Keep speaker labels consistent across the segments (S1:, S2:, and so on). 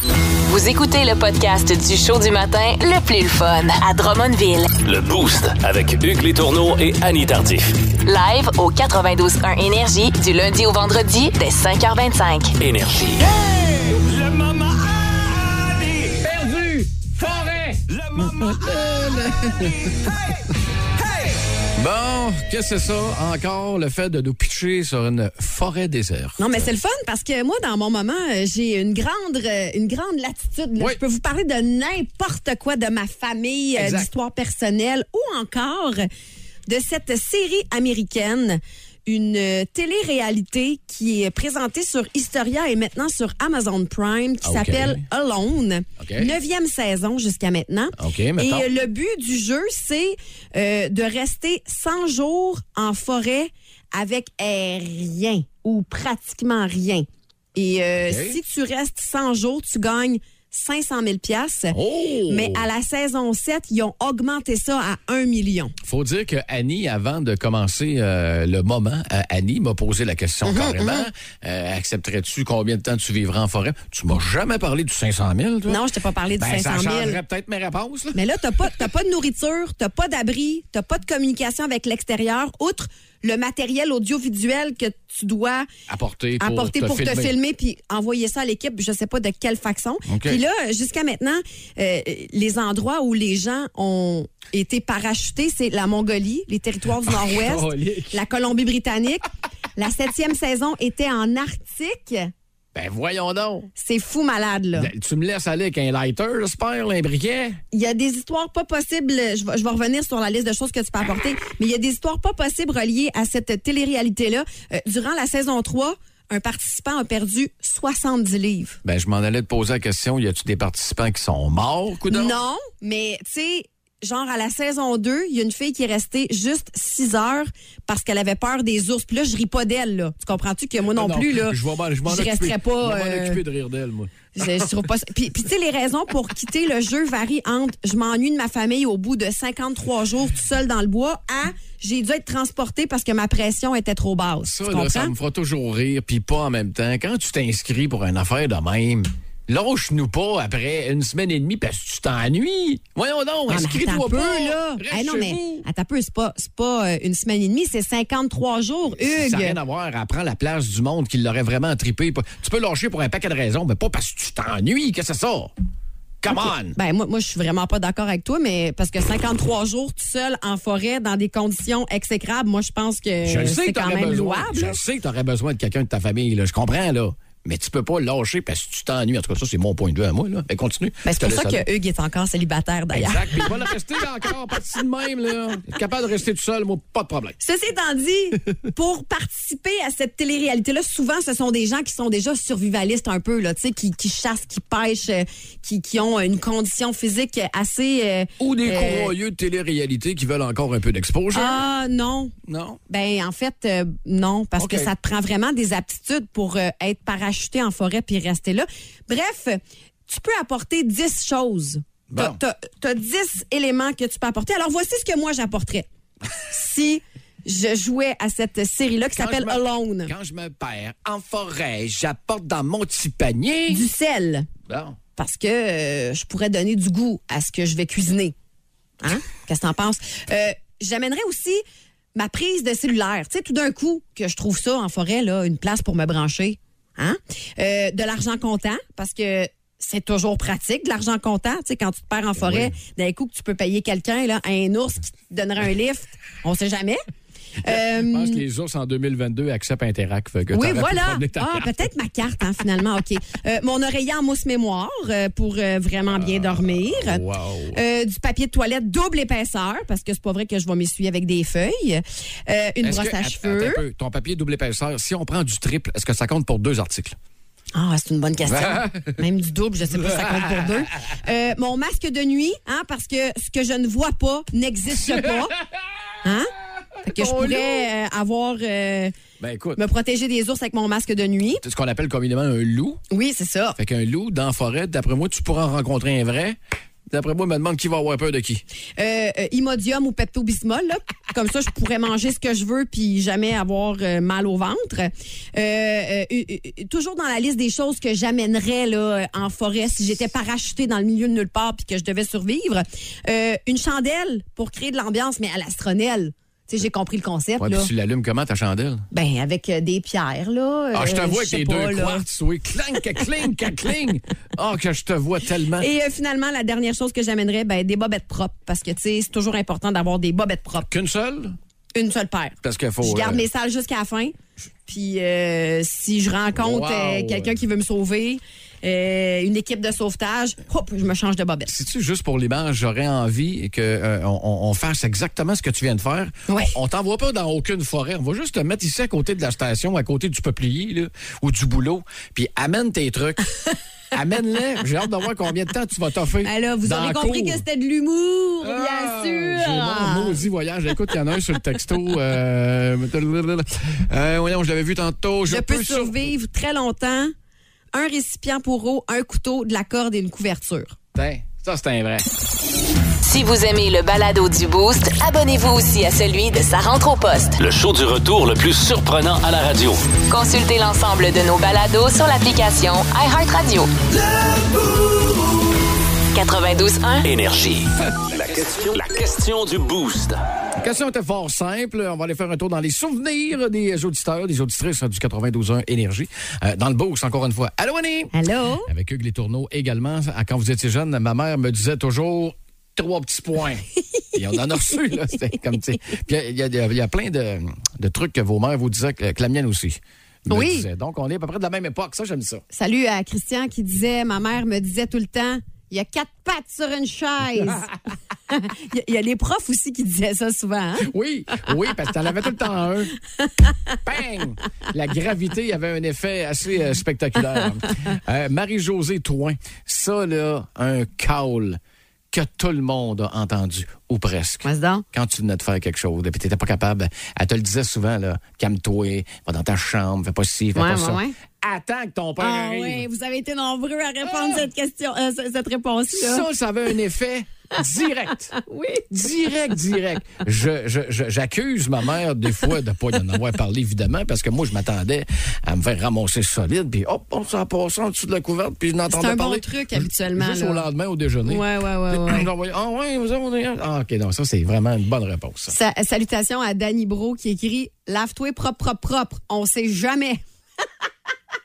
S1: Vous écoutez le podcast du show du matin le plus fun à Drummondville.
S2: Le Boost avec Hugues Létourneau et Annie Tardif.
S1: Live au 92.1 Énergie du lundi au vendredi dès 5h25.
S2: Énergie.
S3: Le maman Ali.
S4: Perdu! Forêt!
S3: Le maman Ali. Hey, hey.
S5: Bon, qu'est-ce que c'est ça? Encore le fait de nous pitcher sur une forêt déserte.
S6: Non, mais c'est le fun parce que moi, dans mon moment, euh, j'ai une grande, euh, une grande latitude. là.
S5: Oui.
S6: Je peux vous parler de n'importe quoi, de ma famille, euh,
S5: Exact.
S6: d'histoire personnelle ou encore de cette série américaine, une euh, télé-réalité qui est présentée sur Historia et maintenant sur Amazon Prime qui
S5: Ah, ok.
S6: s'appelle Alone.
S5: Ok.
S6: Neuvième saison jusqu'à maintenant.
S5: Ok,
S6: et
S5: mettons.
S6: euh, le but du jeu, c'est euh, de rester 100 jours en forêt avec euh, rien ou pratiquement rien. Et euh,
S5: Ok.
S6: si tu restes 100 jours, tu gagnes 500 000 pièces.
S5: Oh!
S6: Mais à la saison 7, ils ont augmenté ça à 1 million.
S5: Faut dire que Annie, avant de commencer euh, le moment, euh, Annie m'a posé la question
S6: Mhm,
S5: carrément. Euh, Accepterais-tu combien de temps tu vivras en forêt? Tu m'as jamais parlé du 500 000, toi?
S6: Non, je t'ai pas parlé du
S5: Ben,
S6: 500
S5: ça
S6: 000.
S5: changerait peut-être mes réponses, là.
S6: Mais là, t'as pas, t'as pas de nourriture, t'as pas d'abri, t'as pas de communication avec l'extérieur, outre le matériel audiovisuel que tu dois
S5: Apporter pour
S6: apporter
S5: te
S6: pour te
S5: filmer.
S6: filmer puis envoyer ça à l'équipe, je sais pas de quelle façon.
S5: OK.
S6: Puis là, jusqu'à maintenant, euh, les endroits où les gens ont été parachutés, c'est la Mongolie, les territoires du
S5: Ah,
S6: Nord-Ouest,
S5: Colique.
S6: la Colombie-Britannique. la septième saison était en Arctique.
S5: Ben voyons donc.
S6: C'est fou malade, là.
S5: Ben, Tu me laisses aller avec un lighter, j'espère, là, un briquet?
S6: Il y a des histoires pas possibles. Je vais, je vais revenir sur la liste de choses que tu peux apporter, mais il y a des histoires pas possibles reliées à cette télé-réalité-là. Euh, durant la saison 3, un participant a perdu 70 livres.
S5: Ben, je m'en allais te poser la question, y a-tu des participants qui sont morts, coudonc?
S6: Non, mais tu sais, genre à la saison 2, il y a une fille qui est restée juste 6 heures parce qu'elle avait peur des ours. Puis là, je ris pas d'elle, là. Tu comprends-tu que moi non, plus, là,
S5: Je, vais m'en- je m'en occuper.
S6: resterais pas...
S5: Je vais m'en
S6: euh,
S5: occuper de rire d'elle, moi.
S6: je, je trouve pas ça- Puis, puis tu sais, les raisons pour quitter le jeu varient entre je m'ennuie de ma famille au bout de 53 jours tout seul dans le bois à j'ai dû être transporté parce que ma pression était trop basse.
S5: Ça,
S6: tu
S5: là,
S6: comprends?
S5: ça me fera toujours rire, puis pas en même temps. Quand tu t'inscris pour une affaire de même, lâche-nous pas après une semaine et demie parce que tu t'ennuies. Voyons donc,
S6: Ah, mais attends
S5: inscris-toi
S6: un
S5: pas.
S6: peu, là.
S5: Reste
S6: Ah non,
S5: chez
S6: mais
S5: vous.
S6: attends un peu, c'est pas, c'est pas euh, une semaine et demie, c'est 53 jours, Hugues.
S5: Ça n'a rien à voir. Elle prend la place du monde qui l'aurait vraiment trippé. Tu peux lâcher pour un paquet de raisons, mais pas parce que tu t'ennuies. Qu'est-ce que c'est ça? Come on!
S6: Ben moi, moi je suis vraiment pas d'accord avec toi, mais parce que 53 jours tout seul en forêt dans des conditions exécrables, moi je pense que
S5: Je le sais
S6: Euh, c'est
S5: que
S6: quand
S5: t'aurais
S6: même
S5: besoin.
S6: louable. Ben,
S5: Je le sais que t'aurais besoin de quelqu'un de ta famille, là. Je comprends, là. Mais tu peux pas lâcher parce que tu t'ennuies. En tout cas, ça, c'est mon point de vue à moi, là. Mais continue.
S6: Ben, c'est
S5: Je te
S6: pour
S5: laisse
S6: ça
S5: aller.
S6: que Hugues est encore célibataire d'ailleurs.
S5: Exact. Puis il va le rester là, encore, parti de même, là. Être Capable de rester tout seul, moi, pas de problème.
S6: Ceci étant dit, pour participer à cette télé-réalité-là, souvent, ce sont des gens qui sont déjà survivalistes un peu, là, tu sais, qui, qui chassent, qui pêchent, euh, qui, qui ont une condition physique assez... euh,
S5: Ou des
S6: euh,
S5: courroyeux de télé-réalité qui veulent encore un peu d'exposure.
S6: Ah non.
S5: Non.
S6: Ben, en fait, euh, non, parce
S5: OK.
S6: que ça te prend vraiment des aptitudes pour euh, être parachuté en forêt puis rester là. Bref, tu peux apporter 10 choses.
S5: Bon.
S6: T'as- T'as as 10 éléments que tu peux apporter. Alors, voici ce que moi j'apporterais si je jouais à cette série-là qui
S5: Quand
S6: s'appelle
S5: je me-
S6: Alone.
S5: Quand je me perds en forêt, j'apporte dans mon petit panier.
S6: Du sel,
S5: Bon.
S6: parce que euh, je pourrais donner du goût à ce que je vais cuisiner. Hein? Qu'est-ce que t'en penses? Euh, J'amènerais aussi ma prise de cellulaire. Tu sais, tout d'un coup, que je trouve ça en forêt, là, une place pour me brancher. Hein? Euh, de l'argent comptant, parce que c'est toujours pratique, de l'argent comptant. Tu sais, quand tu te perds en forêt, d'un coup, que tu peux payer quelqu'un, là, un ours qui te donnera un lift. On sait jamais. Euh,
S5: Je pense que les ours en 2022 acceptent Interac. Fait que
S6: oui,
S5: t'aurais pu
S6: voilà.
S5: promener ta
S6: Ah,
S5: carte.
S6: peut-être ma carte, hein, finalement. OK. Euh, mon oreiller en mousse mémoire euh, pour euh, vraiment bien dormir.
S5: Ah, wow.
S6: Euh, du papier de toilette double épaisseur, parce que c'est pas vrai que je vais m'essuyer avec des feuilles. Euh, une
S5: Est-ce
S6: brosse
S5: que-
S6: à
S5: attends
S6: cheveux.
S5: un peu, ton papier double épaisseur, si on prend du triple, est-ce que ça compte pour deux articles?
S6: Ah, c'est une bonne question. Même du double, je sais pas si ça compte pour deux. Euh, mon masque de nuit, hein, parce que ce que je ne vois pas n'existe pas. Hein? Fait que je
S5: Oh,
S6: pourrais euh, avoir... euh,
S5: Ben écoute,
S6: me protéger des ours avec mon masque de nuit.
S5: c'est ce qu'on appelle communément un loup.
S6: Oui, c'est ça.
S5: Fait qu'un loup dans la forêt, d'après moi, tu pourras en rencontrer un vrai. D'après moi, il me demande qui va avoir peur de qui.
S6: Euh, euh, Imodium ou Pepto-Bismol. là. Comme ça, je pourrais manger ce que je veux puis jamais avoir euh, mal au ventre. Euh, euh, euh, euh, toujours dans la liste des choses que j'amènerais là, euh, en forêt si j'étais parachutée dans le milieu de nulle part puis que je devais survivre. Euh, une chandelle pour créer de l'ambiance, mais à l'astronnelle. Tu sais, j'ai compris le concept.
S5: Ouais,
S6: là.
S5: puis tu l'allumes comment ta chandelle?
S6: Ben, avec euh, des pierres, là.
S5: Ah, je te
S6: euh,
S5: vois avec
S6: sais
S5: tes
S6: pas,
S5: deux
S6: là.
S5: quartz, oui. Clang, que cling, que cling. Ah, que je te vois tellement.
S6: Et euh, finalement, la dernière chose que j'amènerais, ben, des bobettes propres. Parce que, tu sais, c'est toujours important d'avoir des bobettes propres.
S5: Qu'une seule?
S6: Une seule paire.
S5: Parce qu'il faut.
S6: Je garde
S5: euh,
S6: mes salles jusqu'à la fin. Puis euh, si je rencontre
S5: Wow.
S6: euh, quelqu'un qui veut me sauver, euh, une équipe de sauvetage, hop, je me change de bobette.
S5: Si tu juste pour l'image, j'aurais envie que euh, on, on- on fasse exactement ce que tu viens de faire.
S6: Ouais.
S5: On, on t'envoie pas dans aucune forêt. On va juste te mettre ici à côté de la station, à côté du peuplier là, ou du boulot. Puis amène tes trucs. Amène-les. J'ai hâte de voir combien de temps tu vas t'offrir.
S6: Alors, Ben Ah, vous
S5: dans
S6: aurez
S5: la
S6: compris
S5: cour.
S6: que c'était de l'humour,
S5: Ah,
S6: bien
S5: J'ai mon
S6: sûr.
S5: maudit voyage. Écoute, il y en a un sur le texto. Euh, euh, voyons, je l'avais vu tantôt.
S6: Je,
S5: Je,
S6: peux
S5: sur-
S6: survivre très longtemps. Un récipient pour eau, un couteau, de la corde et une couverture.
S5: Tiens, Ça, c'est un vrai.
S1: Si vous aimez le balado du Boost, abonnez-vous aussi à celui de Sa rentre au poste.
S2: Le show du retour le plus surprenant à la radio.
S1: Consultez l'ensemble de nos balados sur l'application iHeartRadio. 92.1,
S2: Énergie. La question, la question du boost.
S5: La question était fort simple. On va aller faire un tour dans les souvenirs des auditeurs, des auditrices hein, du 92.1 Énergie. Euh, dans le boost, encore une fois. Allô, Annie?
S6: Allô?
S5: Avec Hugues Les Tourneaux également. À- Quand vous étiez jeune, ma mère me disait toujours trois petits points. Et on en a reçu, là. C'était comme, tu sais. Puis il y, a- il y a- il y a plein de, de trucs que vos mères vous disaient, que, que la mienne aussi. me
S6: Oui.
S5: disait. Donc, on est à peu près de la même époque. Ça, j'aime ça.
S6: Salut à Christian qui disait, ma mère me disait tout le temps, il y a quatre pattes sur une chaise. Il y a- il y, a les profs aussi qui disaient ça souvent. hein?
S5: Oui, oui, parce que t'en avais tout le temps un. Bang! La gravité avait un effet assez euh, spectaculaire. Euh, Marie-Josée Toin, ça, là, un call que tout le monde a entendu, ou presque.
S6: Vas-y donc.
S5: Quand tu venais de faire quelque chose, puis t'étais pas capable, elle te le disait souvent, là, calme-toi, va dans ta chambre, fais pas ci, fais
S6: Ouais,
S5: pas
S6: ouais,
S5: ça.
S6: ouais.
S5: Attends que ton père
S6: Ah
S5: arrive.
S6: oui, vous avez été nombreux à
S5: Ah.
S6: répondre à cette question, euh, ce- cette réponse-là.
S5: Ça, ça avait un effet direct.
S6: Oui.
S5: Direct, direct. Je- je- je- J'accuse ma mère des fois de ne pas en avoir parlé, évidemment, parce que moi, je m'attendais à me faire ramasser solide, puis hop, on s'en passe en dessous de la couverte, puis je n'entendais
S6: C'est un
S5: parler.
S6: bon truc habituellement.
S5: Juste
S6: là.
S5: au lendemain, au déjeuner.
S6: Ouais, ouais, ouais, ouais.
S5: J'envoyais, Ah ouais, vous avez... Ah, OK, donc ça, c'est vraiment une bonne réponse. ça.
S6: Sa- salutations à Danny Bro qui écrit Lave-toi propre, propre, propre. On sait jamais.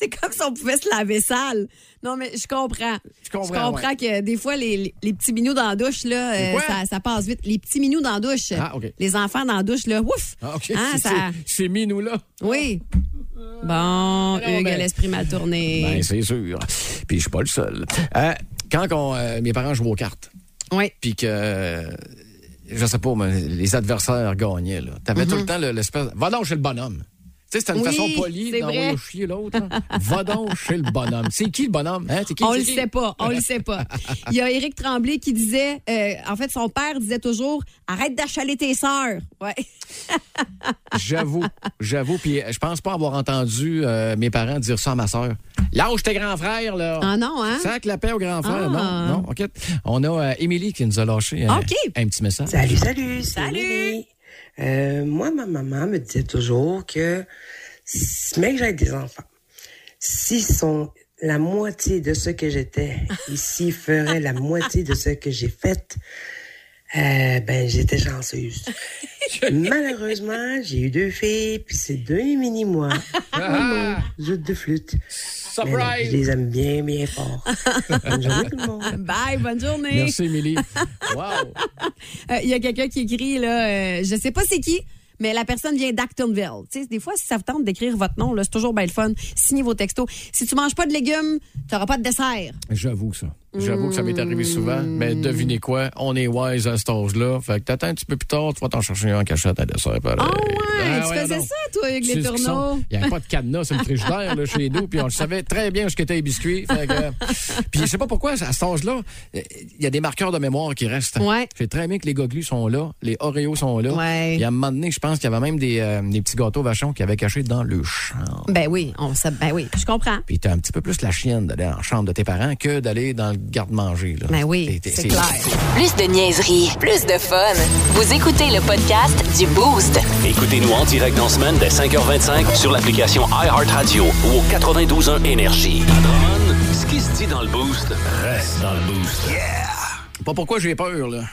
S6: C'est comme si on pouvait se laver sale. Non, mais je comprends.
S5: Je comprends,
S6: que des fois, les, les- les petits minous dans la douche, là, euh,
S5: quoi?
S6: ça, ça passe vite. Les petits minous dans la douche.
S5: Ah, OK.
S6: Les enfants dans la douche, là, ouf.
S5: Ah, OK,
S6: Hein,
S5: c'est-
S6: ça-
S5: c'est minou là.
S6: Oui. Bon, Hugues,
S5: ben-
S6: l'esprit m'a tourné.
S5: Ben, c'est sûr. Puis je suis pas le seul. Euh, quand qu'on, euh, mes parents jouaient aux cartes,
S6: oui.
S5: puis que euh, je sais pas, mais les adversaires gagnaient. Là. T'avais tout le temps le- l'espèce. Va donc chez le bonhomme. Tu sais, c'était une
S6: Mhm. Oui,
S5: façon polie
S6: c'est
S5: d'envoyer
S6: vrai.
S5: chier l'autre. là. Va donc chez le bonhomme. C'est qui le bonhomme? Hein? C'est qui,
S6: On
S5: c'est
S6: le
S5: qui?
S6: sait pas, on le sait pas. Il y a Éric Tremblay qui disait, euh, en fait, son père disait toujours, arrête d'achaler tes sœurs. Ouais.
S5: J'avoue, j'avoue. Puis euh, je pense pas avoir entendu euh, mes parents dire ça à ma sœur. Lâche tes grands frères, là.
S6: Ah non, hein?
S5: Sac la paix au grand frère.
S6: Ah.
S5: Non, non, OK. On a euh, Émilie qui nous a lâché euh,
S6: OK.
S5: un petit message.
S7: Salut, salut, c'est
S6: Salut.
S7: Émilie. Euh, moi, ma maman me disait toujours que, si- même que j'avais des enfants, s'ils sont la moitié de ce que j'étais et s'ils feraient la moitié de ce que j'ai fait, euh, ben, j'étais chanceuse. Malheureusement, j'ai eu deux filles, puis c'est deux mini-moi. Joute de flûte. Mais non,
S5: Surprise!
S7: je les aime bien, bien fort. Bonne journée, tout le monde.
S6: Bye, bonne journée.
S5: Merci, Émilie. Wow!
S6: Euh, Il y a quelqu'un qui écrit, là, euh, je sais pas c'est qui, mais la personne vient d'Actonville. Tu sais, des fois, si ça vous tente d'écrire votre nom, là, c'est toujours bien le fun. Signez vos textos. Si tu manges pas de légumes, t'auras pas de dessert.
S5: J'avoue ça. J'avoue que ça m'est arrivé souvent, mais devinez quoi, on est wise à cet âge-là. Fait que t'attends un petit peu plus tard, tu vas t'en chercher un en cachette à dessert. pareil.
S6: Oh, ouais,
S5: Ah,
S6: tu
S5: ouais,
S6: faisais
S5: non.
S6: ça, toi, avec
S5: Tu
S6: les
S5: sais ce qu'ils
S6: tourneaux.
S5: sont. Il n'y avait pas de cadenas sur le frigidaire là, chez nous, puis on le savait très bien ce qu'étaient les biscuits. Fait que, euh, puis je sais pas pourquoi, à cet âge-là, euh, il y a des marqueurs de mémoire qui restent.
S6: Ouais.
S5: C'est très bien que les goglus sont là, les Oreos sont là.
S6: Ouais.
S5: Puis à un moment donné, je pense qu'il y avait même des, euh, des petits gâteaux vachons qui avaient cachés dans le champ.
S6: Ben oui, on sait, ben oui, je comprends.
S5: Puis t'as un petit peu plus la chienne d'aller en chambre de tes parents que d'aller dans le de garde-manger. là.
S6: Ben oui,
S5: T'es- t'es-
S6: c'est clair.
S1: Plus de niaiserie, plus de fun. Vous écoutez le podcast du Boost.
S2: Écoutez-nous en direct dans la semaine dès 5h25 sur l'application iHeartRadio ou au 92.1 Énergie. À Drummond, ce qui se dit dans le boost reste dans le boost.
S5: Pas pourquoi j'ai peur, là.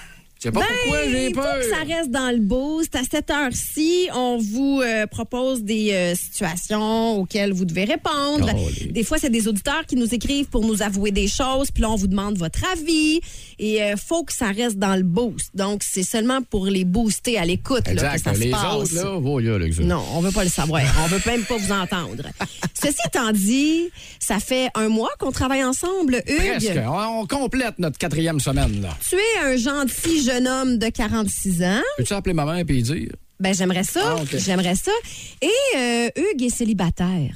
S5: Je sais pas pourquoi j'ai
S6: Il Ben, faut
S5: peur.
S6: que ça reste dans le boost. À cette heure-ci, on vous euh, propose des euh, situations auxquelles vous devez répondre.
S5: Oh, les-
S6: Des fois, c'est des auditeurs qui nous écrivent pour nous avouer des choses, puis là, on vous demande votre avis. Et euh, faut que ça reste dans le boost. Donc, c'est seulement pour les booster à l'écoute là, que
S5: Exact.
S6: ça se
S5: les
S6: passe.
S5: autres, là, oh, là, là, que ça-
S6: Non, on veut pas le savoir. On veut même pas vous entendre. Ceci étant dit, ça fait un mois qu'on travaille ensemble, Hugues.
S5: Presque. On, on complète notre quatrième semaine, là.
S6: Tu es un gentil jeune homme de 46 ans.
S5: Peux-tu appeler ma mère et lui dire?
S6: Ben, j'aimerais ça.
S5: Ah, ok.
S6: J'aimerais ça. Et euh, Hugues est célibataire.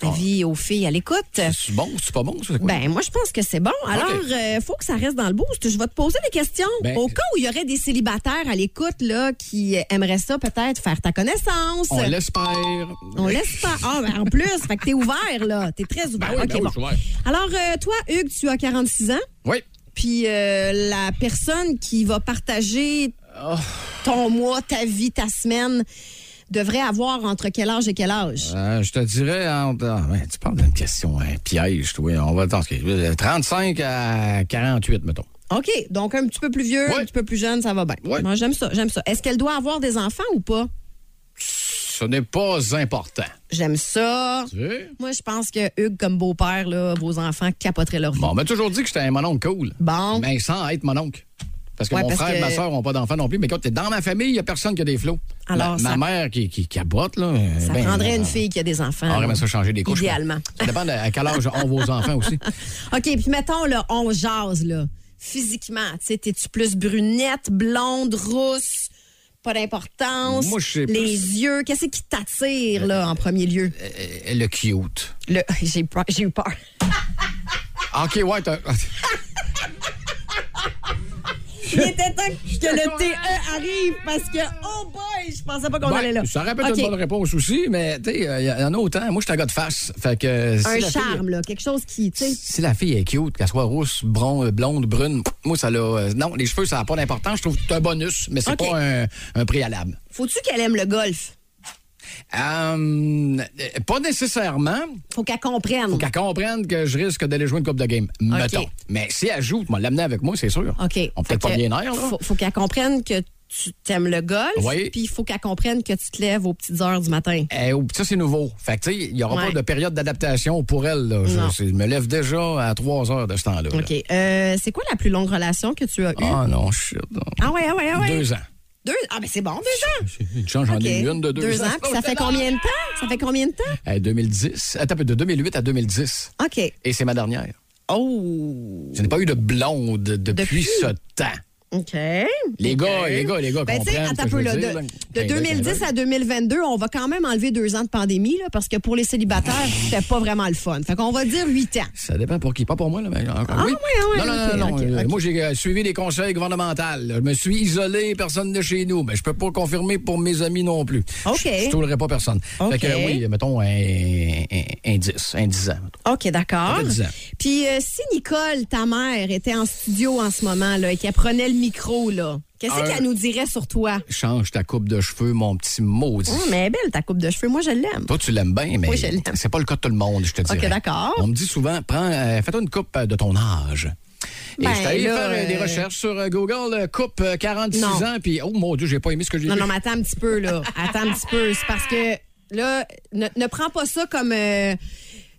S6: Avis aux filles à l'écoute.
S5: Ah. C'est bon, c'est pas bon, ça? c'est quoi?
S6: Ben, moi, je pense que c'est bon. Alors, euh, faut que ça reste dans le boost. Je vais te poser des questions.
S5: Ben,
S6: Au cas où il y aurait des célibataires à l'écoute, là, qui aimeraient ça, peut-être, faire ta connaissance.
S5: on l'espère.
S6: On laisse pas. Ah, ben, en plus, fait que t'es ouvert, là. T'es très ouvert.
S5: Ben oui,
S6: Ah, Ok,
S5: ben oui,
S6: bon.
S5: je suis ouvert.
S6: Alors, euh, toi, Hugues, tu as 46 ans.
S5: Oui.
S6: Puis euh, la personne qui va partager
S5: Oh.
S6: ton mois, ta vie, ta semaine devrait avoir entre quel âge et quel âge?
S5: Euh, je te dirais, entre- ah, ben, tu parles d'une question, un piège, toi. On va attends, euh, 35 à 48, mettons.
S6: OK, donc un petit peu plus vieux, un
S5: Ouais.
S6: petit peu plus jeune, ça va bien.
S5: Ouais.
S6: Moi, j'aime ça, j'aime ça. Est-ce qu'elle doit avoir des enfants ou pas?
S5: Ce n'est pas important.
S6: J'aime ça.
S5: Tu sais?
S6: Moi, je pense que Hugues, comme beau-père, là, vos enfants capoteraient leur vie.
S5: Bon, Ben, on m'a toujours dit que j'étais un mononcle cool.
S6: Bon.
S5: Mais sans être mononcle. Parce que
S6: Ouais,
S5: mon
S6: parce
S5: frère et
S6: que-
S5: ma soeur n'ont pas d'enfants non plus. Mais quand t'es dans ma famille, il n'y a personne qui a des flots.
S6: Alors,
S5: ma,
S6: ça-
S5: ma mère qui, qui cabote, là.
S6: ça
S5: ben,
S6: prendrait
S5: euh,
S6: une fille qui a des enfants.
S5: Aurait
S6: là.
S5: aimé ça changer des couches. mais
S6: Idéalement.
S5: Ça dépend de à quel âge ont vos enfants aussi.
S6: OK, puis mettons, là, on jase, là. Physiquement, tu sais, t'es-tu plus brunette, blonde, rousse? Pas d'importance.
S5: Moi, je
S6: Les
S5: sais plus.
S6: yeux, qu'est-ce qui t'attire, là, en premier lieu?
S5: Euh, Le cute.
S6: Le... J'ai eu peur- j'ai eu peur.
S5: OK, ouais, t'as-
S6: Il était temps que le TE arrive parce que, oh boy, je pensais pas qu'on
S5: Ouais,
S6: allait là.
S5: Ça aurait peut-être
S6: OK.
S5: une bonne réponse aussi, mais tu sais, il y en a autant. Moi, je suis un gars de face. Fait que, euh, si
S6: Un
S5: la fille-
S6: charme, là, quelque chose qui, tu sais.
S5: si la fille est cute, qu'elle soit rousse, bron, euh, blonde, brune, moi, ça l'a. euh, non, les cheveux, ça n'a pas d'importance. Je trouve que c'est un bonus, mais c'est
S6: OK.
S5: pas un, un préalable.
S6: Faut-tu qu'elle aime le golf?
S5: Euh, euh, pas nécessairement
S6: Faut qu'elle comprenne.
S5: qu'elle comprenne que je risque d'aller jouer une Coupe de Game. Mettons. Mais si elle joue, moi, l'amener avec moi, c'est sûr.
S6: OK.
S5: On peut
S6: Fait
S5: peut-être pas
S6: que
S5: bien air, là.
S6: Faut, faut qu'elle comprenne que tu t'aimes le golf,
S5: Oui.
S6: puis il faut qu'elle comprenne que tu te lèves aux petites heures du matin.
S5: Eh, oh, ça, c'est nouveau. Fait que, tu sais, il n'y aura
S6: Ouais.
S5: pas de période d'adaptation pour elle. Là. Je,
S6: Non.
S5: c'est- je me lève déjà à 3 heures de ce temps-là. là.
S6: OK. Euh, c'est quoi la plus longue relation que tu as eue?
S5: Ah non, shit. non.
S6: Ah ouais, ah ouais, ah ouais.
S5: Deux ans.
S6: Deux- Ah ben c'est bon, deux ans.
S5: Une chance, j'en ai eu
S6: OK.
S5: une de deux,
S6: ans. puis ça fait combien de temps? Ça fait combien de temps?
S5: Eh, 2010. Attends, un peu, de 2008 à 2010.
S6: OK.
S5: Et c'est ma dernière.
S6: Oh.
S5: Je n'ai pas eu de blonde depuis,
S6: Depuis?
S5: ce temps.
S6: OK.
S5: Les gars, les gars, les gars,
S6: Ben, tu sais,
S5: comprennent
S6: attends
S5: ce
S6: un
S5: que je
S6: peu,
S5: veux
S6: là,
S5: dire, ben,
S6: de,
S5: là.
S6: de
S5: Hey, là,
S6: 2010
S5: là.
S6: à 2022, on va quand même enlever deux ans de pandémie, là, parce que pour les célibataires, c'était pas vraiment le fun. Fait qu'on va dire huit ans.
S5: Ça dépend pour qui. Pas pour moi, là, mais encore.
S6: Ah, ouais,
S5: oui.
S6: ouais,
S5: non, non,
S6: ok,
S5: non, non.
S6: ok,
S5: Euh,
S6: ok.
S5: Moi, j'ai euh, suivi les conseils gouvernementaux. Je me suis isolé, personne de chez nous. Mais je peux pas confirmer pour mes amis non plus.
S6: Ok.
S5: Je ne trouverai pas personne.
S6: Ok.
S5: Fait que euh, oui, mettons un, un, un 10, un 10 ans. mettons.
S6: OK, d'accord.
S5: Ça fait dix ans.
S6: Puis euh, si Nicole, ta mère, était en studio en ce moment là, et qu'elle prenait le micro, là, qu'est-ce
S5: Un-
S6: qu'elle nous dirait sur toi?
S5: Change ta coupe de cheveux, mon petit maudit.
S6: Hum, mais elle est belle ta coupe de cheveux, moi je l'aime.
S5: Toi, tu l'aimes bien, mais
S6: Oui, je l'aime.
S5: c'est pas le cas de tout le monde, je te dis.
S6: d'accord.
S5: On me dit souvent, prends, euh, fais-toi une coupe euh, de ton âge. Et
S6: Ben,
S5: je suis allé
S6: là,
S5: faire euh, des
S6: euh,
S5: recherches sur euh, Google, euh, coupe euh, 46
S6: Non.
S5: ans, puis oh mon Dieu, j'ai pas aimé ce que j'ai
S6: Non,
S5: vu.
S6: non, mais attends un petit peu, là. Attends un petit peu. C'est parce que, là, ne, ne prends pas ça comme. euh,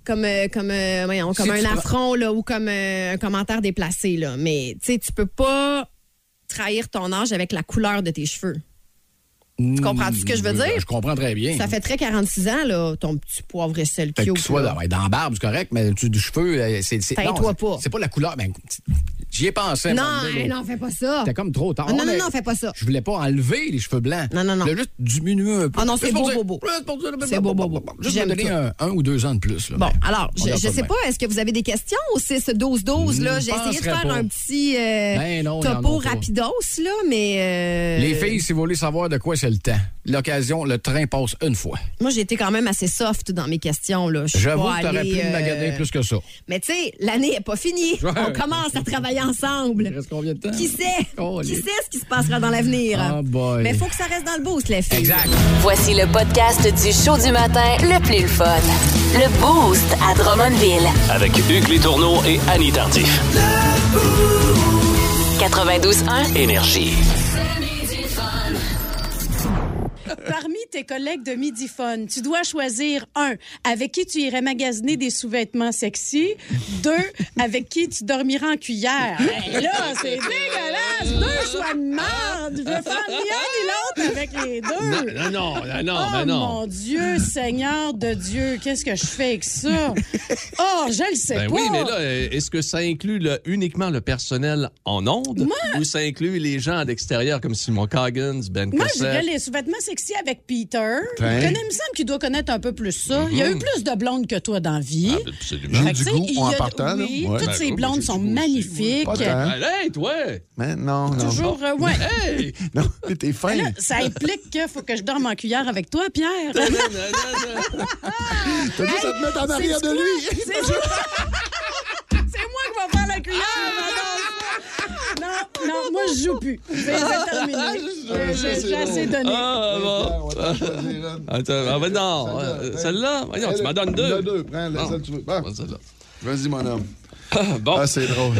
S6: comme, euh, comme, euh, voyons, comme
S5: Si
S6: un
S5: tu prends-
S6: affront là, ou comme euh, un commentaire déplacé. Là. Mais tu sais, tu peux pas trahir ton âge avec la couleur de tes cheveux.
S5: tu
S6: comprends-tu ce que je veux dire?
S5: Mm, Je comprends très bien.
S6: Ça fait très 46 ans, là, ton petit poivre et sel
S5: Fait que
S6: cute.
S5: tu sois
S6: là.
S5: dans, ouais, dans la barbe, c'est correct, mais tu du cheveu, euh, c'est. c'est- non,
S6: Teins-toi
S5: c'est-
S6: pas.
S5: C'est pas la couleur. Mais, J'y ai pensé.
S6: Non,
S5: à un moment donné,
S6: hein,
S5: là.
S6: non, fais pas ça.
S5: C'était comme trop tard.
S6: Ah,
S5: Ah,
S6: Non, non,
S5: mais
S6: non, fais pas ça.
S5: Je voulais pas enlever les cheveux blancs.
S6: Non, non, non.
S5: Je voulais juste diminuer un peu.
S6: Ah non, c'est
S5: Juste pour
S6: beau,
S5: dire-
S6: beau, beau.
S5: juste pour dire-
S6: C'est beau, beau, beau.
S5: Juste me
S6: J'aime
S5: donner
S6: ça.
S5: un, un ou deux ans de plus. là,
S6: Bon,
S5: mais
S6: alors,
S5: on
S6: je
S5: verra
S6: ne
S5: ça
S6: sais
S5: demain.
S6: pas, est-ce que vous avez des questions au 6-12-12? là?
S5: Hmm,
S6: J'ai essayé de
S5: penserais
S6: faire
S5: pas.
S6: un petit euh,
S5: Ben non, ils en
S6: topo
S5: ont pas.
S6: rapidos, là, mais... euh,
S5: Les filles, si vous voulez savoir de quoi c'est le temps, l'occasion, le train passe une fois.
S6: Moi, j'ai été quand même assez soft dans mes questions. là. Je suis
S5: J'avoue
S6: pas
S5: que t'aurais
S6: allée,
S5: pu me
S6: euh,
S5: maganer plus que ça.
S6: Mais tu sais, l'année n'est pas finie.
S5: Ouais.
S6: On commence à travailler ensemble.
S5: Il reste combien de temps?
S6: Qui sait?
S5: Oh,
S6: qui
S5: les-
S6: sait ce qui se passera dans l'avenir?
S5: Ah, boy.
S6: Mais il faut que ça reste dans le boost, les filles.
S5: Exact.
S1: Voici le podcast du show du matin le plus le fun. Le Boost à Drummondville.
S2: Avec Hugues Létourneau et Annie Tardif.
S1: 92.1.
S2: Énergie.
S8: Parmi tes collègues de Midifone, tu dois choisir un avec qui tu irais magasiner des sous-vêtements sexy, deux avec qui tu dormiras en cuillère.
S9: Hein?
S8: Hey, là, c'est dégueulasse! Deux choix de merde! Je veux faire ni un ni l'autre avec les deux!
S5: Non, non, non, non,
S8: oh
S5: mais non.
S8: mon Dieu, Seigneur de Dieu, qu'est-ce que je fais avec ça? Oh, je le sais
S9: Ben
S8: pas!
S9: oui, mais là, euh, est-ce que ça inclut le- uniquement le personnel en ondes ou ça inclut les gens à l'extérieur comme Simon Coggins, Ben
S8: Moi, je dirais
S9: Cossette?
S8: les sous-vêtements sexy avec Peter.
S5: Ouais.
S8: Il connaît- il me semble qu'il doit connaître un peu plus ça. Il y
S9: Mm-hmm.
S8: a eu plus de blondes que toi dans la vie.
S9: Absolument.
S8: Fait que,
S10: du
S8: tu sais,
S10: goût,
S8: il y
S10: on en
S8: a-
S10: partant, là.
S8: oui,
S10: Ouais.
S8: toutes
S9: Ben,
S8: ces
S9: oui,
S8: blondes
S9: j'ai
S8: sont
S9: du goût aussi,
S8: magnifiques.
S10: Pas tant.
S9: Ben, hey, toi!
S10: Mais non, non.
S8: Toujours, euh, ouais.
S9: Hey!
S10: Non, mais t'es fin.
S8: Là, ça implique qu'il faut que je dorme en cuillère avec toi, Pierre.
S10: T'as juste à te mettre en arrière de
S8: C'est
S10: lui.
S8: C'est c'est moi qui vais faire la cuillère, madame. Non, non, moi, je joue plus. C'est c'est terminé. Euh, J'ai j'ai assez donné.
S9: Ah, bon. Attends, ah, ben non. euh, Celle-là? Voyons, tu m'en donnes
S10: Donne deux,
S9: deux.
S10: prends la-
S9: Bon.
S10: celle que tu veux. Bon,
S9: Bon, celle-là.
S10: Vas-y, mon homme.
S9: Ah, Bon,
S10: Ah, c'est drôle.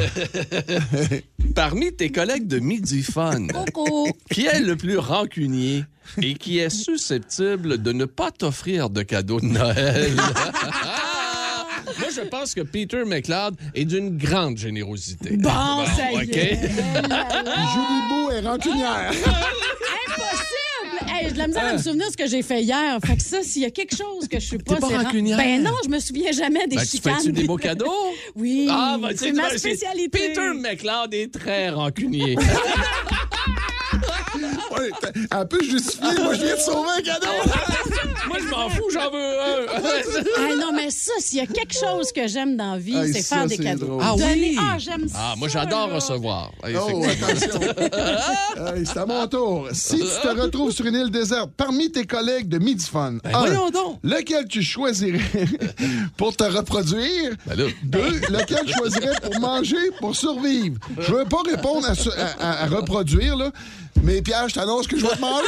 S9: parmi tes collègues de Midi Fun,
S8: Coucou.
S9: qui est le plus rancunier et qui est susceptible de ne pas t'offrir de cadeau de Noël? Moi, je pense que Peter McLeod est d'une grande générosité.
S8: Bon, ça y
S9: OK.
S8: est.
S10: Julie Beau est rancunière.
S8: Impossible! Hey, j'ai de la misère à
S9: Ah.
S8: me souvenir de ce que j'ai fait hier. Fait que ça, s'il y a quelque chose que je suis pas...
S9: pas
S8: c'est ran-
S9: rancunière.
S8: Ben non, je me souviens jamais des
S9: Ben, tu
S8: chicanes.
S9: fais-tu des beaux cadeaux?
S8: Oui,
S9: Ah, ben, tu sais,
S8: c'est ma
S9: ben,
S8: spécialité.
S9: Peter McLeod est très rancunier.
S10: Ouais, t'as- Elle peut justifier. Moi, je viens de sauver un cadeau.
S9: Ah, Moi, je m'en fous, j'en veux un.
S8: Ah non, mais ça, s'il y a quelque chose que j'aime dans la vie,
S10: Hey,
S8: c'est
S10: ça,
S8: faire des
S10: c'est
S8: cadeaux.
S10: drôle.
S9: Ah oui?
S8: Donner- Ah, j'aime ça.
S9: Ah, moi, j'adore
S8: là.
S9: recevoir. Hey,
S10: Oh,
S9: c'est-
S10: attention. Hey, c'est à mon tour. Si tu te retrouves sur une île déserte parmi tes collègues de Midifun, un,
S9: Ben voyons donc.
S10: lequel tu choisirais pour te reproduire?
S9: Ben là.
S10: Deux, lequel tu choisirais pour manger, pour survivre? Je veux pas répondre à, ce- à- à- à reproduire, là, mais Pierre, je t'annonce que je vais te manger.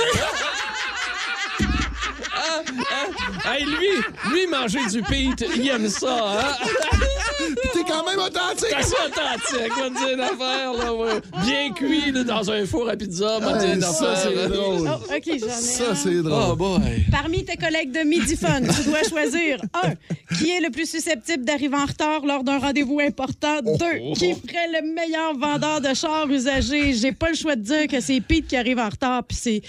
S9: Hey, lui, lui, manger du Pete, il aime ça, hein?
S10: Puis T'es quand même authentique.
S9: C'est authentique, on va te dire une affaire, là, ouais. Bien cuit, là, dans un four à pizza, on va te dire
S10: Hey,
S9: une
S10: ça,
S9: affaire, là.
S10: c'est drôle.
S8: Oh, OK, j'en ai
S10: Ça,
S8: un.
S10: c'est
S9: Oh,
S10: drôle.
S9: boy.
S8: Parmi tes collègues de Midifone, tu dois choisir un, Qui est le plus susceptible d'arriver en retard lors d'un rendez-vous important?
S10: Oh,
S8: Deux, Qui ferait le meilleur vendeur de chars usagés? J'ai pas le choix de dire que c'est Pete qui arrive en retard, puis c'est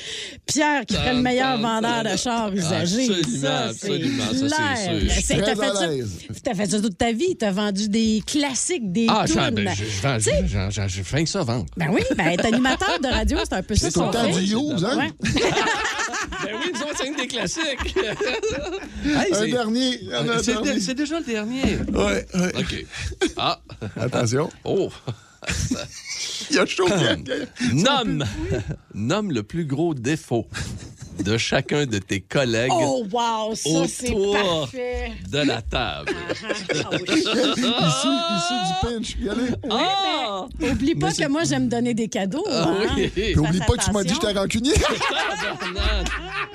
S8: Pierre qui ferait le meilleur vendeur de chars usagés.
S9: Ah, Absolument,
S8: Ça, c'est
S9: absolument, ça, c'est
S8: clair.
S9: sûr. Je
S10: suis
S8: T'as
S10: très
S8: fait
S10: à
S8: ça-
S10: l'aise.
S8: T'as fait ça toute ta vie. T'as vendu des classiques, des
S9: Ah, j'en-
S8: tunes.
S9: ben, je- je vends-
S8: Tu sais-
S9: j'en- j'en- j'ai faim que ça vendre.
S8: Ben oui, ben être animateur de radio, c'est un peu ça
S10: C'est ton
S8: qu'on
S10: temps
S8: fait.
S10: du use, hein?
S8: Ouais.
S9: Ben oui, disons, c'est une des classiques. Hey,
S10: Un
S9: c'est-
S10: dernier. Un
S9: c'est
S10: dernier.
S9: dé- C'est déjà le dernier.
S10: Ouais, ouais.
S9: OK. Ah,
S10: Attention.
S9: oh.
S10: Il y a chaud. Pierre.
S9: Nomme, nomme le plus gros défaut de chacun de tes collègues
S8: Oh, wow, ça, c'est
S9: Autour.
S8: parfait.
S9: de la table.
S8: Ah oui.
S10: Issu, issu du pinch. Y aller.
S9: Ah!
S8: Eh ben, Oublie pas que moi, j'aime donner des cadeaux.
S9: Ah
S8: hein.
S9: oui.
S10: Puis oublie
S8: Faites
S10: pas que tu m'as dit que
S8: attention.
S10: j'étais rancunier.
S9: Tabarnak.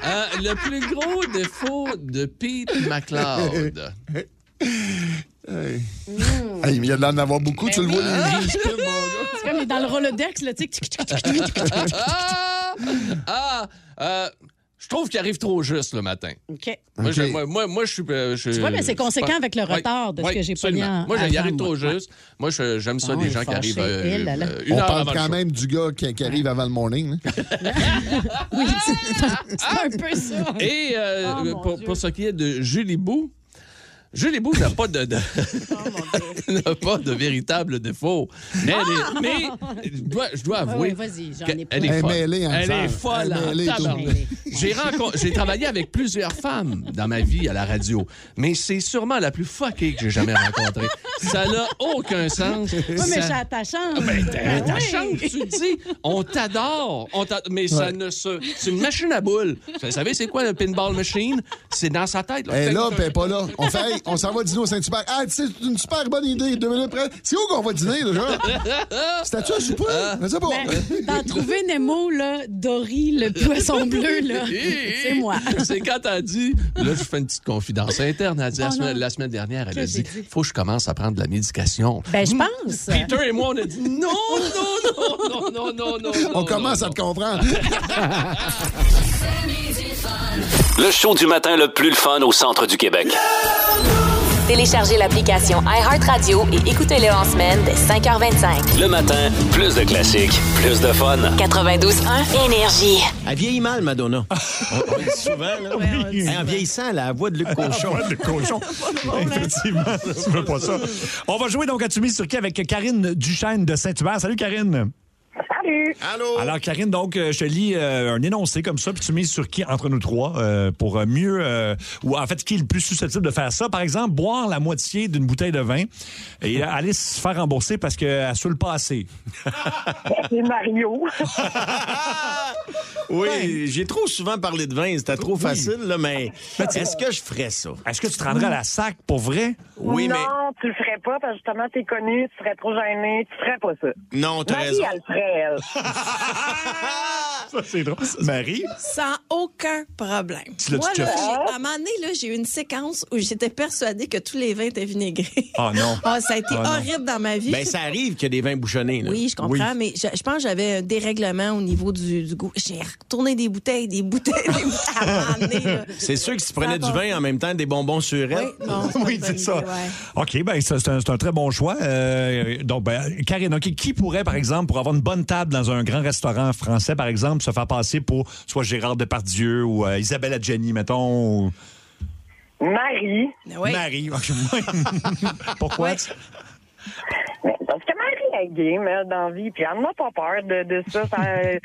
S9: Euh, le plus gros défaut de Pete McLeod.
S10: hey. Hey, mais il y a de l'air d'en avoir beaucoup, tu le vois. les yeux.
S8: C'est comme dans le Rolodex, là, tu sais. tic, tic, tic, tic, tic, tic.
S9: Ah! Ah! Euh, je trouve qu'il arrive trop juste le matin.
S8: OK.
S9: Moi,
S10: Ok.
S9: je- moi, moi, moi, je suis. euh, je-
S8: Tu vois, mais c'est
S9: je-
S8: conséquent
S9: pas-
S8: avec le
S9: Ouais,
S8: retard de ce
S9: ouais,
S8: que j'ai
S9: absolument.
S8: pogné en-
S9: Moi,
S8: avant,
S9: il arrive
S8: moi.
S9: trop juste. Moi, je- j'aime ça,
S8: Bon,
S9: les
S8: il
S9: gens
S8: est
S9: qui arrivent
S8: fâché,
S9: euh,
S8: il, Eh là, là.
S9: euh, une
S10: On
S9: heure
S10: parle
S9: avant le
S10: quand
S9: show.
S10: même du gars qui, qui arrive avant le morning. hein.
S8: Oui,
S9: Ah!
S8: c'est un, c'est un peu ça.
S9: Et euh,
S8: Oh, mon
S9: pour,
S8: Dieu.
S9: pour ce qui est de Julie Bou, Julie Bou n'a pas de, de- n'a pas de véritable défaut. Mais, elle est- mais je, dois, je dois
S8: Ah
S9: avouer.
S8: ouais, vas-y, j'en
S9: qu'elle
S8: ai pas.
S9: Elle
S10: Elle
S9: est
S10: est
S9: folle.
S10: mêlée en
S9: Elle
S10: salle.
S9: est folle
S10: Elle est
S9: en
S10: mêlée, tout.
S9: tabarnak. J'ai rencon- J'ai travaillé avec plusieurs femmes dans ma vie à la radio, mais c'est sûrement la plus fuckée que j'ai jamais rencontrée. Ça n'a aucun sens.
S8: Oui, mais
S9: Ça-
S8: j'ai ta chance.
S9: ben, t'as-
S8: Ben
S9: t'as
S8: oui.
S9: chance, tu te dis, on t'adore, on t'a- mais ça ne se. C'est une machine à boules. Vous savez, c'est quoi le pinball machine? C'est dans sa tête. Là.
S8: Eh,
S10: Elle est
S9: Fait
S10: là,
S9: que-
S10: puis elle est pas là. On fait, hey, on s'en va dîner au Saint-Hubert. Ah, c'est une super bonne idée. Deux minutes après, c'est où qu'on va dîner, déjà? C'était-tu à souper?
S9: Ah.
S10: Je sais pas.
S8: Ben, Dans Trouver Nemo, là, Dory, le poisson bleu, là, c'est moi.
S9: C'est quand t'as dit, là, je fais une petite confidence interne. Elle a dit, la,
S8: Oh,
S9: semaine,
S8: non.
S9: la semaine dernière, elle a
S8: Qu'est-ce
S9: dit,
S8: que j'ai dit?
S9: faut que je commence à prendre de la médication. Mm.
S8: Ben, je pense.
S9: Peter et moi, on a dit, non, non, non, non, non, non, non.
S10: On commence à te comprendre.
S2: Le show du matin le plus le fun au centre du Québec.
S1: Téléchargez l'application iHeartRadio et écoutez-le en semaine dès 5h25.
S2: Le matin, plus de classiques, plus de fun.
S1: 92.1 Énergie.
S11: Elle vieillit mal, Madonna. on, on le dit souvent, là. Hey, en vieillissant, elle a la voix de Luc Cochon.
S12: de cochon. Effectivement, tu veux pas ça. On va jouer donc à Tu mises sur qui avec Karine Duchesne de Saint-Hubert. Salut Karine.
S11: Allô?
S12: Alors Karine, donc euh, je te lis euh, un énoncé comme ça, puis tu mises sur qui entre nous trois euh, pour euh, mieux euh, ou en fait qui est le plus susceptible de faire ça. Par exemple, boire la moitié d'une bouteille de vin et euh, aller se faire rembourser parce qu'elle saoule pas assez.
S11: Oui, j'ai trop souvent parlé de vin, c'était trop facile, là, mais est-ce que je ferais ça?
S12: Est-ce que tu te rendrais à la sac pour vrai?
S11: Oui,
S7: Non, tu le ferais pas parce que justement, t'es connu, tu serais trop gêné, tu ferais pas ça.
S11: mais non, t'as
S7: Marie,
S11: raison.
S7: elle le ferait, elle.
S12: Ça, c'est drôle. Marie?
S3: Sans aucun problème.
S12: Tu l'as-tu
S3: Moi,
S12: déjà
S3: là,
S12: fait?
S3: j'ai- à un moment donné, là, j'ai eu une séquence où j'étais persuadée que tous les vins étaient vinaigrés.
S12: Oh non.
S3: Ah, ça a été
S12: Oh, non.
S3: horrible dans ma vie.
S11: Ben, ça arrive qu'il y a des vins bouchonnés, là.
S3: Oui, je comprends, mais je, je pense que j'avais un dérèglement au niveau du, du goût. J'ai retourné des bouteilles, des bouteilles, des bouteilles. À un moment donné, là.
S11: C'est sûr que si tu
S3: Ça
S11: prenais du
S3: va.
S11: vin en même temps, des bonbons
S3: Oui,
S11: surettes.
S3: non, pas
S12: Oui,
S3: une bonne
S12: c'est ça.
S3: idée, ouais.
S12: OK, ben ça, c'est un, c'est un très bon choix. Euh, donc, ben, Karine, OK, qui pourrait, par exemple, pour avoir une bonne table dans un grand restaurant français, par exemple, se faire passer pour soit Gérard Depardieu ou euh, Isabelle Adjani, mettons, ou
S7: Marie,
S3: Mais ouais.
S12: Marie. Pourquoi?
S7: mais parce que Marie est game, elle, dans la vie, puis elle n'a pas peur de, de ça, ça euh,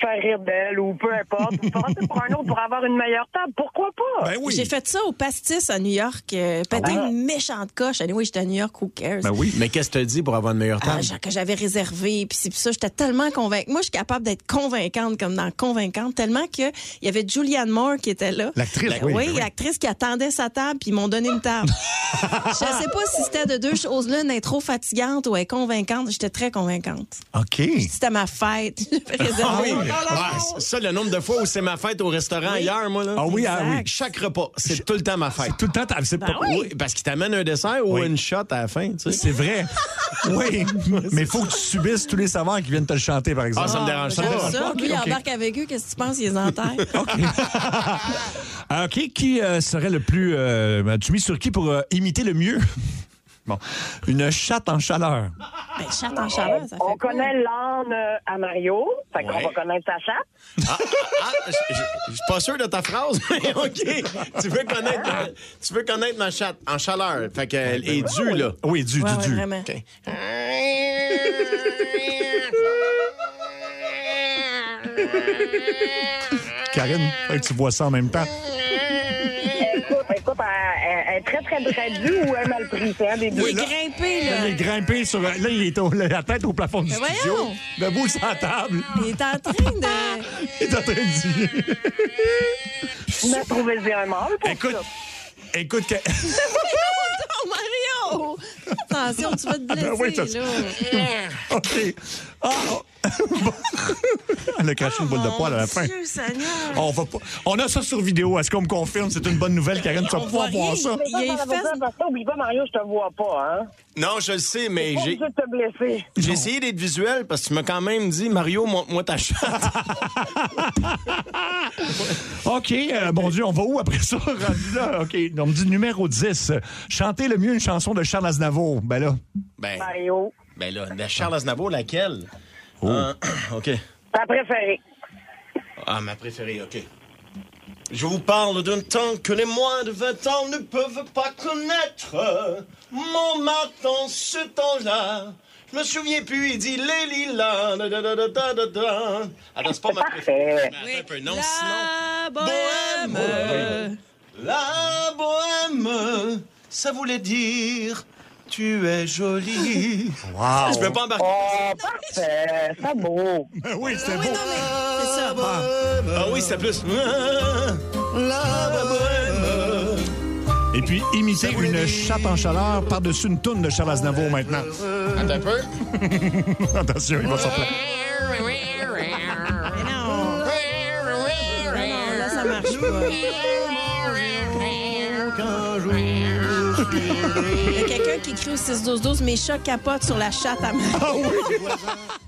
S7: faire rire d'elle ou peu importe. Ou passer pour un autre pour avoir une meilleure table, pourquoi
S6: Ah,
S7: pas?
S12: Ben oui. Ah.
S3: J'ai fait ça au pastis à New York. Euh, péter une méchante coche. Allez, oui, j'étais à New York, who cares?
S12: Ben oui.
S11: Ah Mais qu'est-ce que tu dis pour avoir une meilleure
S3: Ah,
S11: table?
S3: genre que j'avais réservé, puis c'est puis ça, j'étais tellement convaincue. Moi, je suis capable d'être convaincante comme dans Convaincante, tellement que il y avait Julianne Moore qui était là.
S12: L'actrice,
S3: Ben
S12: oui,
S3: oui.
S12: ben oui.
S3: l'actrice qui attendait sa table, puis ils m'ont donné une table. je sais pas si c'était de deux choses-là, une intro fatigante ou être convaincante. J'étais très convaincante.
S12: OK.
S3: C'était ma fête. J'avais réservé.
S11: Ah, c'est ça, le nombre de fois où c'est ma fête au restaurant hier, moi, là.
S12: Ah oui, ah oui.
S3: Exact.
S11: Chaque repas, c'est tout le temps ma fête.
S12: Tout le temps, t'as- c'est
S6: Ben
S12: pas-
S11: Oui, parce qu'il t'amène un dessert ou
S12: Oui.
S11: une shot à la fin, tu sais.
S12: C'est vrai. Oui, mais faut que tu subisses tous les savants qui viennent te le chanter, par exemple.
S11: Ah, ça me dérange
S3: J'aime
S11: pas.
S3: ça.
S12: Ok,
S3: Lui, il
S12: ok.
S3: embarque avec eux. Qu'est-ce que tu penses? Ils les enterrent.
S12: Ah, OK, qui euh, serait le plus... euh, tu mis sur qui pour euh, imiter le mieux? bon, une chatte en chaleur.
S3: Ben, chatte en chaleur, ça fait
S7: On
S3: quoi?
S7: connaît l'âne euh, à Mario, fait qu'on
S11: Ouais.
S7: va connaître sa chatte.
S11: Ah, ah, ah, je- je je suis pas sûr de ta phrase, mais OK. Tu veux connaître ma, tu veux connaître ma chatte en chaleur. Fait qu'elle est due, là.
S12: Ah Oui, du,
S3: Ouais,
S12: du,
S3: ouais,
S12: du.
S3: vraiment.
S11: OK.
S12: Karine, faudrait que tu vois ça en même temps.
S7: Écoute, écoute, elle, elle- elle est très, très, très due ou elle est mal prise, hein, des deux.
S3: Il est grimpé,
S12: Là,
S3: là.
S12: il est grimpé sur. euh, Là, il est au- la tête au plafond du
S3: Mais
S12: studio.
S3: voyons!
S12: Debout sur la table.
S3: Il est en train de.
S12: Il est en train de dire.
S7: On a trouvé un mâle pour
S12: Écoute.
S7: ça.
S12: Écoute, que-
S3: Oh, Mario! Attention, tu vas te blesser,
S12: Ben oui, ça-
S3: là.
S12: OK. Ah, oh. Bon. Elle a craché une boule de poil à la fin.
S3: Oh, Dieu, Seigneur!
S12: On, va pas... on a ça sur vidéo. Est-ce qu'on me confirme? C'est une bonne nouvelle, Karine. Tu vas pouvoir
S3: voit
S12: voir
S3: rien.
S12: ça.
S3: Il y a les fesses-
S7: Parce que, oublie pas, Mario, je te vois pas, hein.
S11: Non, je le sais, mais
S7: Pas
S11: j'ai.
S7: obligé de te blesser.
S11: J'ai essayé d'être visuel parce que tu m'as quand même dit, Mario, montre-moi ta chatte.
S12: OK, euh, mon Dieu, on va où après ça? rendu là? OK, on me dit numéro 10. Chantez le mieux une chanson de Charles Aznavour. Ben là.
S11: Ben,
S7: Mario,
S11: ben là, de Charles Aznavour, laquelle? Euh, OK.
S7: ta préférée.
S11: Ah, ma préférée, OK. Je vous parle d'un temps que les moins de 20 ans ne peuvent pas connaître. Mon matin, ce temps-là. Je me souviens plus, il dit les lilas. Da, da, da, da, da, da, da. Attends, c'est pas ma préférée. Mais attends un peu, non, sinon. Bohème. Oh, La bohème, ça voulait dire tu es jolie.
S13: Wow.
S11: Je peux pas embarquer.
S13: Oh, parfait. C'est beau.
S12: oui,
S13: c'est beau.
S11: c'est ça. Ah oui, c'est plus. La bohème.
S12: Et puis, imiter une chatte en chaleur par-dessus une toune de Charles Aznavour maintenant.
S11: Attends un peu.
S12: Attention, il va s'en plaindre.
S3: Non, là, ça marche pas. Il y a quelqu'un qui écrit au 6-12-12, mes chats capotent sur la chatte à main.
S12: Ah oui!